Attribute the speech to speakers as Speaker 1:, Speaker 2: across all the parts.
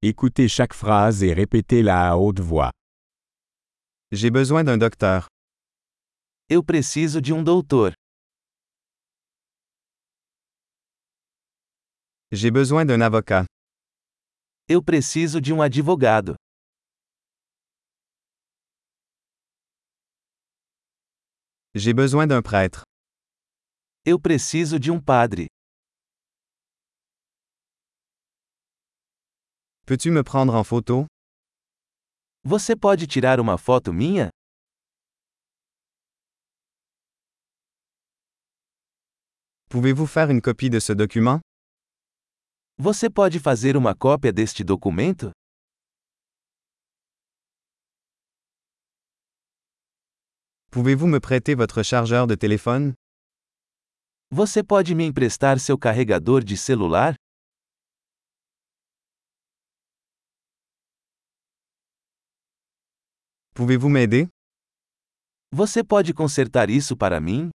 Speaker 1: Écoutez chaque phrase et répétez-la à haute voix.
Speaker 2: J'ai besoin d'un docteur.
Speaker 3: Eu preciso de um doutor.
Speaker 2: J'ai besoin d'un avocat.
Speaker 3: Eu preciso de um advogado.
Speaker 2: J'ai besoin d'un prêtre.
Speaker 3: Eu preciso de um padre.
Speaker 2: Peux-tu me prendre en photo?
Speaker 3: Você pode tirar uma foto minha?
Speaker 2: Pouvez-vous faire une copie de ce document?
Speaker 3: Você pode fazer uma cópia deste documento?
Speaker 2: Pouvez-vous me prêter votre chargeur de téléphone?
Speaker 3: Você pode me emprestar seu carregador de celular?
Speaker 2: Pouvez-vous m'aider?
Speaker 3: Você pode consertar isso para mim?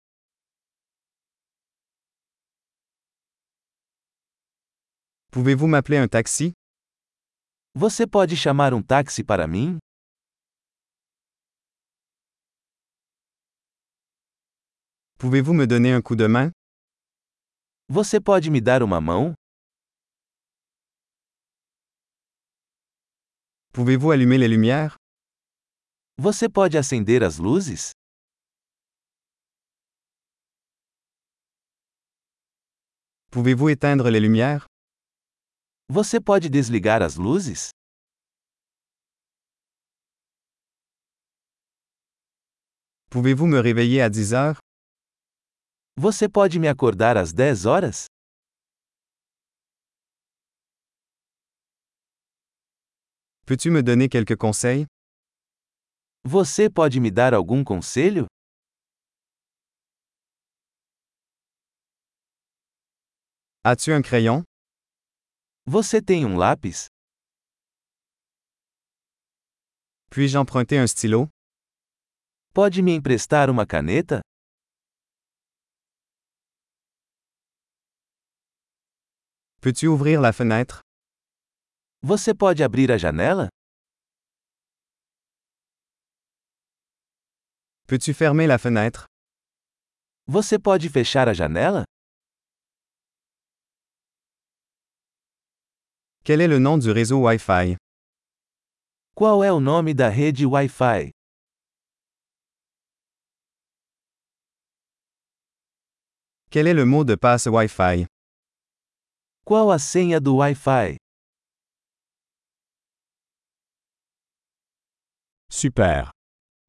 Speaker 2: Pouvez-vous m'appeler un taxi?
Speaker 3: Você pode chamar um táxi para mim?
Speaker 2: Pouvez-vous me donner un coup de main?
Speaker 3: Você pode me dar uma mão?
Speaker 2: Pouvez-vous allumer les lumières?
Speaker 3: Você pode acender as luzes?
Speaker 2: Pouvez-vous éteindre les lumières?
Speaker 3: Você pode desligar as luzes?
Speaker 2: Pouvez-vous me réveiller à 10 heures?
Speaker 3: Você pode me acordar às 10 horas?
Speaker 2: Peux-tu me donner quelques conseils?
Speaker 3: Você pode me dar algum conselho?
Speaker 2: As-tu un crayon?
Speaker 3: Você tem um lápis?
Speaker 2: Puis-je emprunter un stylo?
Speaker 3: Pode me emprestar uma caneta?
Speaker 2: Peux-tu ouvrir la fenêtre?
Speaker 3: Você pode abrir a janela?
Speaker 2: Peux-tu fermer la fenêtre?
Speaker 3: Você pode fechar a janela?
Speaker 2: Quel est le nom du réseau Wi-Fi?
Speaker 3: Qual é o nome da rede Wi-Fi?
Speaker 2: Quel est le mot de passe Wi-Fi?
Speaker 3: Qual a senha do Wi-Fi?
Speaker 1: Super.